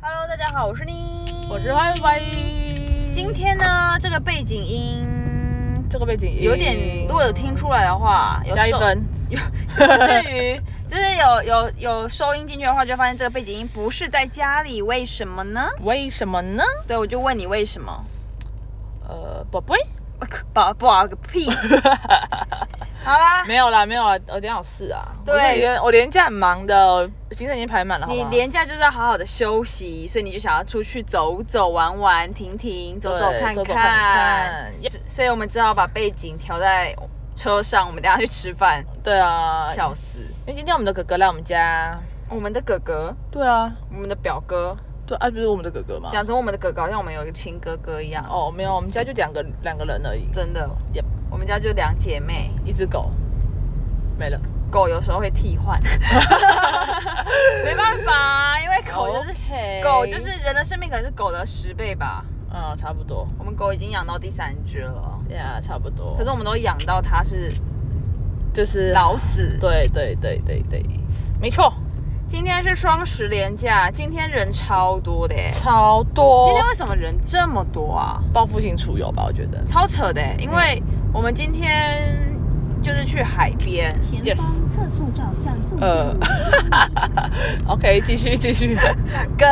Hello，大家好，我是你，我是歪歪。今天呢，这个背景音这个背景音有点，如果有听出来的话，有加一收，分，至于就是 有有有收音进去的话，就发现这个背景音不是在家里，为什么呢？为什么呢？对，我就问你为什么？呃，宝贝，保保个 屁！好啦，没有啦，没有啦，我等一下有事啊。对我连我连假很忙的，行程已经排满了，好你吗连假就是要好好的休息，所以你就想要出去走走玩玩、停停、走走对看走走看。看。耶所以我们只好把背景调在车上，我们等一下去吃饭，对啊，笑死！因为今天我们的哥哥来我们家。我们的哥哥，对啊，我们的表哥，对啊，不是我们的哥哥吗？讲成我们的哥哥，好像我们有一个亲哥哥一样。哦，哦，没有，我们家就两个两个人而已，真的 Yep 我们家就两姐妹，一只狗，没了。狗有时候会替换， 没办法啊，因为狗就是哦哎 OK 狗就是人的生命可能是狗的十倍吧。嗯，差不多，我们狗已经养到第三只了，对啊，差不多。可是我们都养到它是就是，老死。对对对对对，没错，今天是双十连假，今天人超多的耶、超多。今天为什么人这么多啊？报复性出游吧，我觉得。超扯的耶、欸因为嗯我们今天就是去海边，前方测速照向速呃 线路。 OK，继续继续，也跟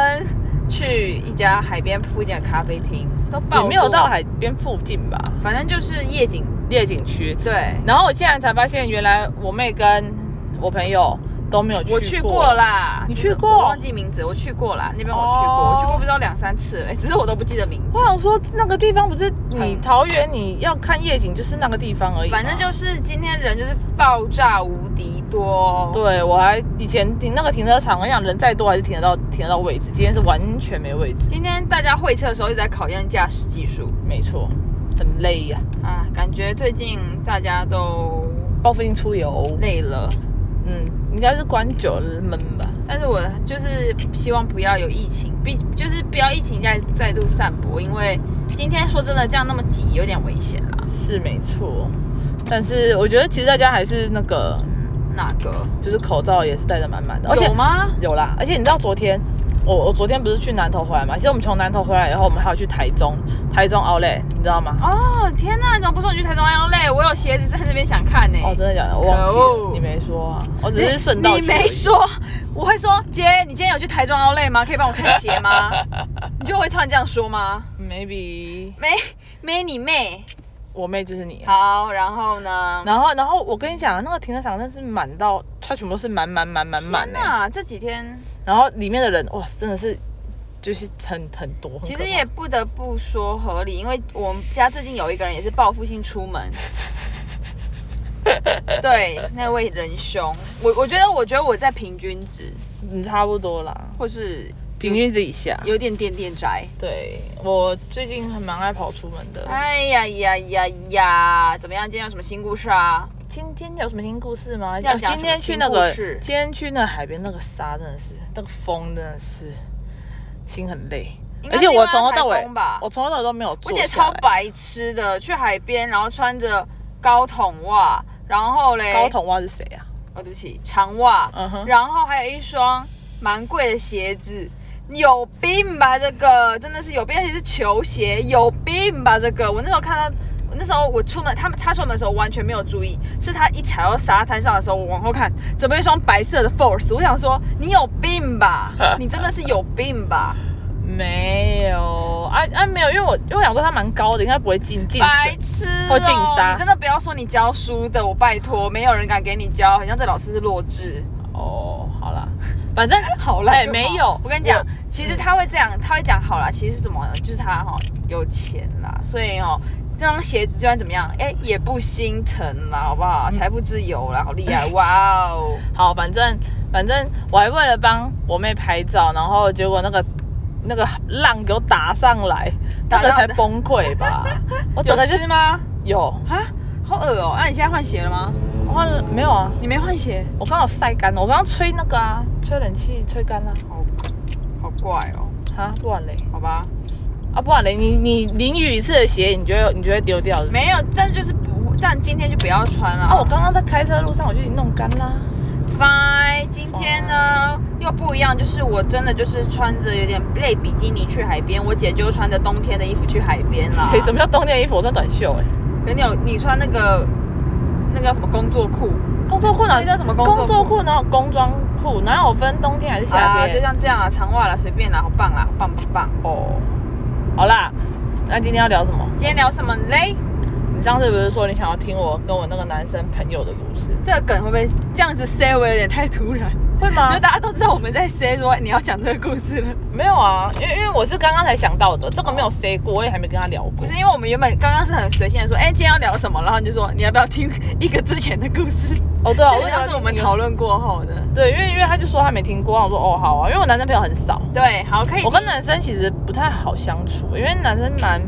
去一家海边附近的咖啡厅，都爆多没有到，海边附近吧，反正就是夜景。夜景区。对，然后我竟然才发现，原来我妹跟我朋友都没有去我去过。啦，你只去是过我忘记名字，我去过啦，那边我去过，哦我去过不知道两三次了，只是我都不记得名字我。想说，那个地方不是你很桃园你要看夜景，就是那个地方而已吗。反正就是今天人就是爆炸无敌多，对我还以前停那个停车场，我想人再多还是停得到停得到位置。今天是完全没位置，今天大家会车的时候一直在考验驾驶技术没错，很累呀、啊，感觉最近大家都报复性出游，累了，嗯，应该是关久了闷吧。但是我就是希望不要有疫情，毕就是不要疫情再再度散播，因为今天说真的这样那么挤有点危险啦。是没错，但是我觉得其实大家还是那个，哪个？就是口罩也是戴得满满的，而且有吗？有啦，而且你知道昨天我我昨天不是去南投回来嘛？其实我们从南投回来以后，我们还有去台中，台中 Outlet，你知道吗？哦天哪，你怎么不说你去台中要累？我有鞋子在那边想看呢、哦，真的假的？我可忘记恶了，你没说啊，我只是顺道你去而没已，说，我会说姐，你今天有去台中要累吗？可以帮我看鞋 吗？你觉得我会突然这样说吗？ ，maybe 没没你妹。我妹就是你。啊好，然后呢？然后，然后我跟你讲，啊那个停车场真是满到，它全部都是满满满满满天的、哪，这几天然后里面的人，哇，真的是就是很很多。很其可实怕也不得不说合理，因为我们家最近有一个人也是报复性出 门。对，那位仁兄，我我觉得，我觉得我在平均值，嗯差不多啦，或是平均值以下。有点点点宅。对我最近还蛮爱跑出门的。哎呀呀呀呀！怎么样？今天有什么新故事啊？今天有什么新故事吗？要啊讲今天什么去新那个故事，今天去那个海边，那个沙真的是，那个风真的是，心很累。应该而是且我从头因到为台尾风吧，我从头到尾都没有坐我下来。姐超白痴的，去海边然后穿着高筒袜，然后嘞，高筒袜是谁啊？哦，对不起，长袜，嗯哼然后还有一双蛮贵的鞋子，有病吧这个，真的是有病，而且是球鞋，有病吧这个。我那时候看到，我那时候我出门，他们他出门的时候完全没有注意，是他一踩到沙滩上的时候，我往后看，怎么有一双白色的 Force？我想说，你有病 吧，你真的是有病吧，没有啊啊没有，因为我因为我想说它蛮高的，应该不会进进白水。痴、哦，或进沙你真的不要说你教书的，我拜托，没有人敢给你教，很像这老师是弱智。哦，好啦，反正 好啦，哎就没好有，我跟你讲，其实他会这样，他会讲好啦，其实是怎么呢？就是他哈、有钱啦，所以哦。这双鞋子就算怎么样，哎、也不心疼啦，好不好？财富自由啦，好厉 害！哇哦，好，反正反正我还为了帮我妹拍照，然后结果那个那个浪给我打上来，打那个到才崩溃 吧。我整有个就湿是吗？有啊，好恶哦、那、你现在换鞋了吗？换了没有啊？你没换鞋，我刚好晒干了，我刚刚吹那个啊，吹冷气吹干了好，好怪哦、啊，不然嘞好吧，啊，不然嘞，你你淋雨一次的鞋，你就会你就会丢掉的。没有，但就是不，这样今天就不要穿了。啊，我刚刚在开车路上我就已经弄干啦。 Fine，今天呢，又不一样，就是我真的就是穿着有点类比基尼去海边，我姐就穿着冬天的衣服去海边啦。谁什么叫冬天衣服？我穿短袖哎、可你有你穿那个那个叫什么工作裤工作裤哪？那叫什么工作裤工作裤？然后工装裤，哪有分冬天还是夏啊，天？就像这样啊，长袜啦，随便啦，好棒啦，好棒不棒？哦，好啦，那今天要聊什么？今天聊什么嘞？你上次不是说你想要听我跟我那个男生朋友的故事，这个梗会不会这样子 say 我有点太突然？会吗就？大家都知道我们在 say 说你要讲这个故事了，没有啊，因为因为我是刚刚才想到的，这个没有 say 过，我也还没跟他聊过哦不。是因为我们原本刚刚是很随性的说，哎、今天要聊什么，然后你就说你要不要听一个之前的故 事？哦，对啊，这个想像是我们听讨论过后的。对，因为因为他就说他没听过，然后我说哦好啊，因为我男生朋友很少，对，好，可以听。我跟男生其实不太好相处，因为男生蛮，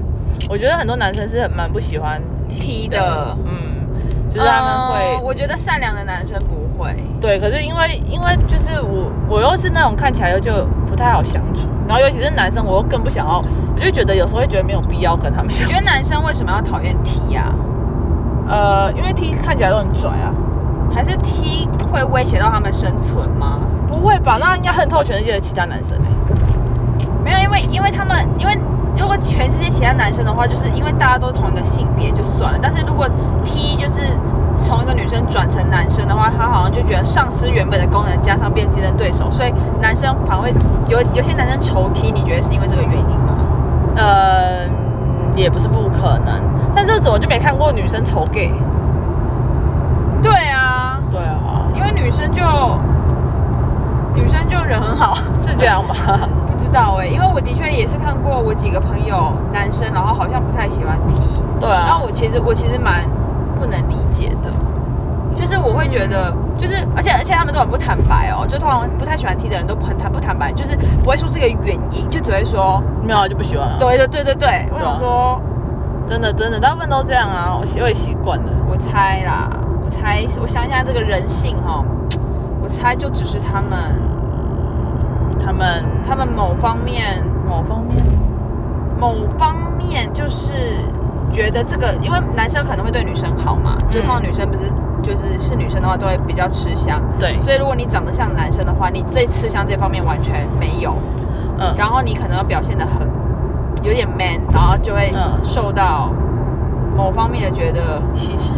我觉得很多男生是很蛮不喜欢踢的，的，嗯，就是他们会、嗯我觉得善良的男生不会。对，可是因为因为就是我我又是那种看起来就不太好相处，然后尤其是男生，我又更不想要，我就觉得有时候会觉得没有必要跟他们相你处觉。得男生为什么要讨厌踢啊？呃，因为 T 看起来都很拽啊，还是踢会威胁到他们生存吗？不会吧？那应该恨透全世界的其他男生哎、没有，因为因为他们因为如果全世界其他男生的话，就是因为大家都同一个性别就算了，但是如果 T 就是从一个女生转成男生的话，他好像就觉得丧失原本的功能，加上变竞争对手，所以男生反而会有有些男生仇 T，你觉得是因为这个原因吗？呃，也不是不可能，但是怎么就没看过女生丑 gay？对啊，对啊，因为女生就女生就人很好，是这样吗？不知道哎、因为我的确也是看过我几个朋友男生，然后好像不太喜欢 T。对然啊后，我其实我其实蛮不能理解的，就是我会觉得，就是而且而且他们都很不坦白哦，就通常不太喜欢踢的人都很坦不坦白，就是不会说这个原因，就只会说没有啊就不喜欢啊。，对对对对对，我想说，真的真的，大部分都这样啊，我习我也习惯了。我猜啦，我猜我想一下这个人性哦，我猜就只是他们他们他们某方面某方面，某方面就是觉得这个，因为男生可能会对女生好嘛，就嗯通常女生不是就是是女生的话都会比较吃香。对，所以如果你长得像男生的话，你在吃香这方面完全没有，嗯，然后你可能要表现得很有点 man，然后就会嗯受到某方面的觉得，歧视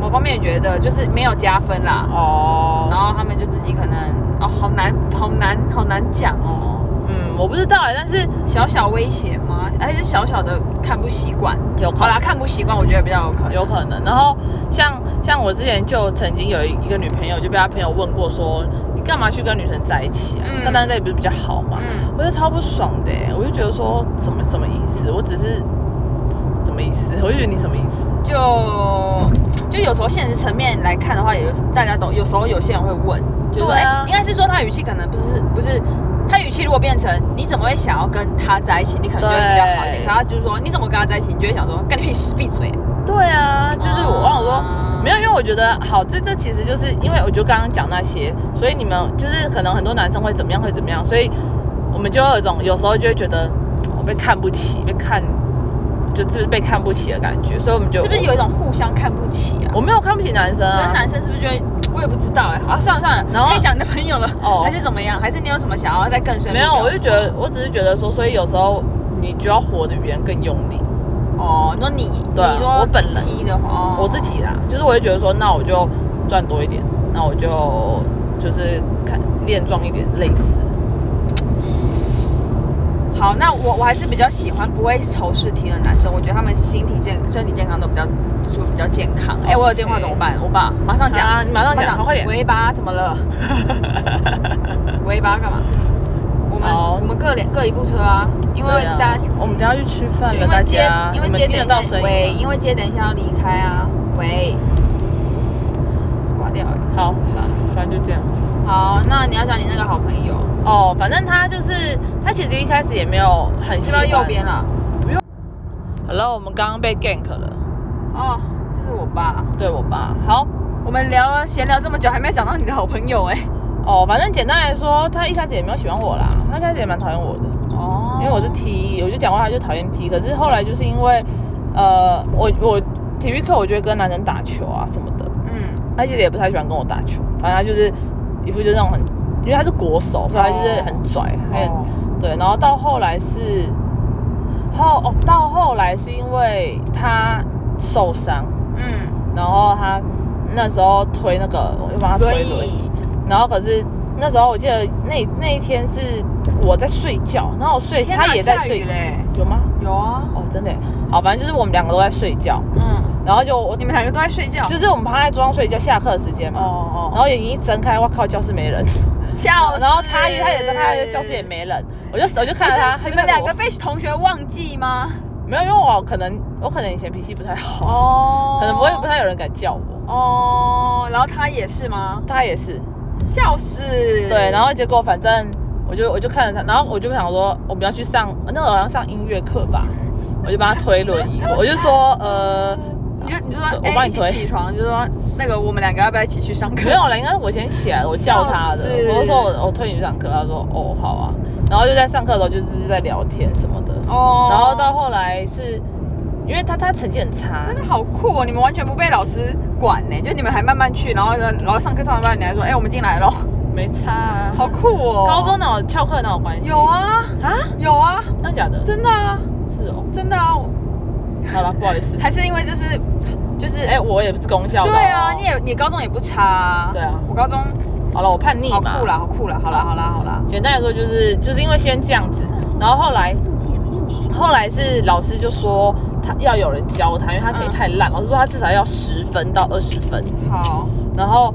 某方面觉得就是没有加分啦。哦然后他们就自己可能哦，好难，好难，好难讲哦，嗯，我不知道哎，但是小小威胁吗？还是小小的看不习惯？有可好啦，看不习惯，我觉得比较有可能。有可能。然后像像我之前就曾经有一一个女朋友，就被她朋友问过说，你干嘛去跟女生在一起啊？嗯跟男生在一起不是比较好吗？嗯我就超不爽的欸，我就觉得说怎么什么意思？我只是什么意思？我就觉得你什么意思？就就有时候现实层面来看的话，有大家都有时候有些人会问，就是说，对啊哎应该是说他语气可能不是不是，他语气如果变成你怎么会想要跟他在一起，你可能就会比较好一点。对可他就是说你怎么跟他在一起，你就会想说干你屁事，闭嘴。对啊，就是我忘了啊说，没有，因为我觉得好，这这其实就是因为我就刚刚讲那些，所以你们就是可能很多男生会怎么样会怎么样，所以我们就会有一种有时候就会觉得我被看不起，被看就就是被看不起的感觉，所以我们就是不是有一种互相看不起啊？我没有看不起男 生可啊是，男生是不是觉得我也不知道哎、好算了算了，然后可以讲你的朋友了，哦还是怎么样？还是你有什么想要再更深入没表达？有，我就觉得我只是觉得说，所以有时候你就要活得比别人更用力，哦，你说你，对啊你说我本人踢的话，哦我自己啦，就是我会觉得说，那我就赚多一点，那我就就是看练壮一点，类似。好，那我我还是比较喜欢不会仇视体的男生，我觉得他们心体健身体健康都比较就比较健康。哎、我有电话 OK 怎么办？我爸马上讲，嗯啊你马上讲好快点 喂吧，怎么了？喂吧干嘛？我们好我们各两各一部车啊，因为对啊大家、我们等一下去吃饭因了，大为接家，因为你们接听得等到一下声喂，音吗。啊因为接等一下要离开啊，喂，挂掉了。好，算了，反正就这样。好，那你要讲你那个好朋友，哦，反正他就是他，其实一开始也没有很是喜不欢。是右边。啊了？ Hello，我们刚刚被 gank 了，哦，这是我爸。对我爸。好，我们聊了闲聊这么久，还没有讲到你的好朋友哎、哦，反正简单来说，他一开始也没有喜欢我啦，他一开始也蛮讨厌我的，哦因为我是 T，我就讲过他就讨厌 T，可是后来就是因为，呃，我我体育课我就会跟男生打球啊什么的，嗯他其实也不太喜欢跟我打球，反正他就是一副就那种很因为他是国手，所以他就是很拽，还很哦对，然后到后来是后哦，到后来是因为他受伤，嗯，然后他那时候推那个，我就帮他推轮轮椅椅，然后可是那时候我记得那那一天是我在睡觉，然后我睡，天哪他也在下睡雨，嘞，有吗？有啊，哦，真的耶，好，反正就是我们两个都在睡觉，嗯，然后就我你们两个都在睡觉，就是我们趴在桌上睡觉，下课时间哦嘛，哦，然后眼睛一睁开，哇靠，教室没人，笑死，哦然后他也他也睁开，教室也没人，我就我就看着他，不是他就你们看着两我个被同学忘记吗？没有，因为我可能我可能以前脾气不太好，哦，可能不会不太有人敢叫我。哦，然后他也是吗？他也是，笑死，对，然后结果反正我就我就看着他，然后我就想说我们要去上那个好像上音乐课吧，我就帮他推轮椅，我就说呃你就你就说，对我哎、帮你一起推起床，就说那个我们两个要不要一起去上课没？有了，应该是我先起来，我叫他的笑死，我就说我我推你去上课，他说哦好啊，然后就在上课的时候就是在聊天什么的，哦然后到后来是因为他他成绩很差真，的好酷哦！你们完全不被老师管呢，就你们还慢慢去，然后呢，然后上课上到一半，你还说，哎、我们进来咯。 没差、啊，好酷哦！高中哪有翘课哪有关系？有，啊啊有啊，真的假的？真的啊是哦，真的啊，好了，不好意思。还是因为就是就是哎、我也不是功效的哦、对啊，你也你高中也不差、啊，对啊我高中好了，我叛逆好嘛。酷啦，好酷啦，好啦好啦好啦，简单来说就是就是因为先这样子，嗯然后后来速限六十后来是老师就说他要有人教他，因为他成绩太嗯烂，老师说他至少要十分到二十分，好，然后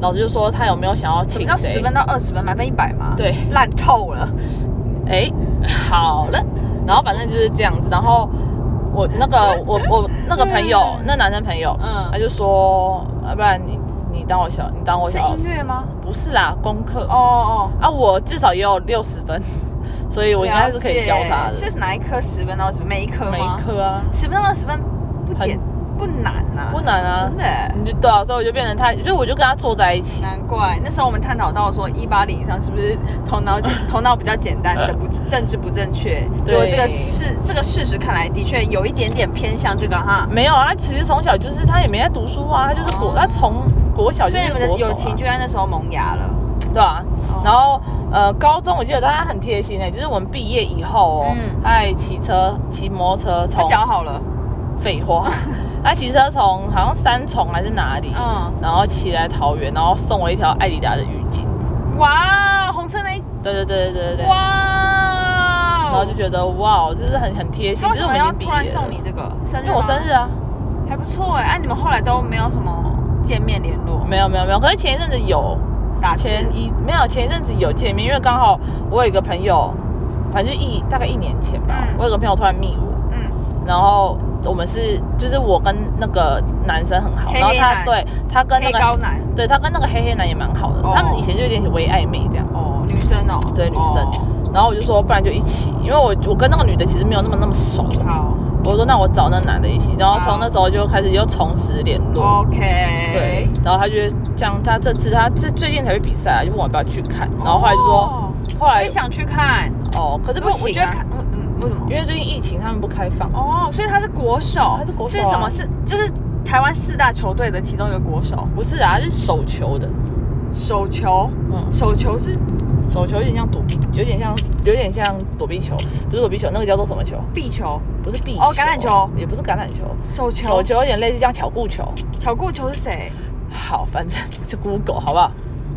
老师就说他有没有想要什请么叫谁十分？到二十分，满分一百嘛？对，烂透了，哎、好了，然后反正就是这样子，然后。我那个 我我那个朋友，那男生朋友，啊嗯他就说，要不然你你当我小，你当我是小老音师，乐吗？不是啦，功课哦哦。啊，我至少也有六十分， 所以我应该是可以教他了的。解啊是哪一科十分到二十分？每一科每吗一？科啊，十分到二十分不简不难呐、不难啊真的欸、你就对啊，所以我就变成他，就我就跟他坐在一起。难怪那时候我们探讨到说，一八零以上是不是头脑 简头脑比较简单的不政治不正确？对就这个事这个事实看来，的确有一点点偏向这个哈。没有啊，他其实从小就是他也没在读书啊，他就是国，哦他从国小就所以是你们的国手、友啊。情居然那时候萌芽了。对啊，哦然后呃，高中我记得他很贴心呢、欸就是我们毕业以后哦，嗯他还骑车骑摩托车他从讲好了，废话， 他骑车从好像三重还是哪里，嗯，然后骑来桃园，然后送我一条艾迪达的浴巾。哇，红色那一对对对对对对对。哦哇，哦然后就觉得哇，就是很很贴心他，为就什是我么们已要经毕突然业送你了，这个生日？因为我生日啊，还不错哎、哎、你们后来都没有什么见面联络，没有没有没有，可是前一阵子有，打字前一没有前一阵子有见面，因为刚好我有一个朋友，反正就一大概一年前吧，嗯我有个朋友突然密我，嗯，然后我们是就是我跟那个男生很好，黑然后他男对他跟那黑高个男对他跟那个黑黑男也蛮好的，哦他们以前就有点微暧昧这样。哦，女生哦，对女生哦然后我就说，不然就一起，因为我我跟那个女的其实没有那么那么熟，哦好我说那我找那男的一起，然后好从那时候就开始又重拾联络。 ，OK，对，，然后他就像他这次他这最近才去比赛啊，就问我要不要去看，然后后来就说，哦后我来也想去看，哦，可是不我行觉得啊看，，嗯嗯，为什么？因为最近疫情他们不开放，哦，所以他是国手，他是国手啊是什么？是就是台湾四大球队的其中一个国手，不是啊，是手球的，手球，嗯，手球是手球有点像躲避，有点像有点像躲避球，不是躲避球，那个叫做什么球？壁球，不是壁哦橄榄球也不是橄榄球，手球，手球有点类似像巧固球。巧固球是谁？好，反正 就 Google 好不好？啊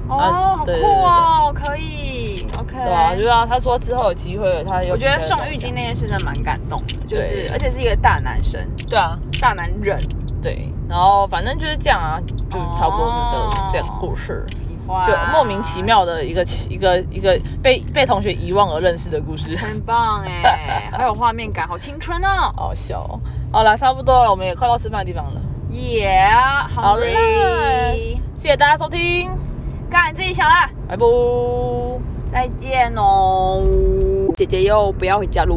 哦，好对对对酷哦，可以，OK，对啊，就是啊，他说之后有机会，他有我觉得比赛送的浴话巾那件事真的蛮感动的，就对是而且是一个大男生、对啊，大男人，对，然后反正就是这样啊，就差不多是这个、哦这个故事，喜欢，就莫名其，妙的一个一个一个被被同学遗忘而认识的故事，很棒哎，还有画面感，好青春哦好笑、哦。好啦，差不多了，我们也快到吃饭的地方了， ，Yeah，好好啦嘞，谢谢大家收听，干你自己想啦，拜拜。再见哦，姐姐又不要回家喽。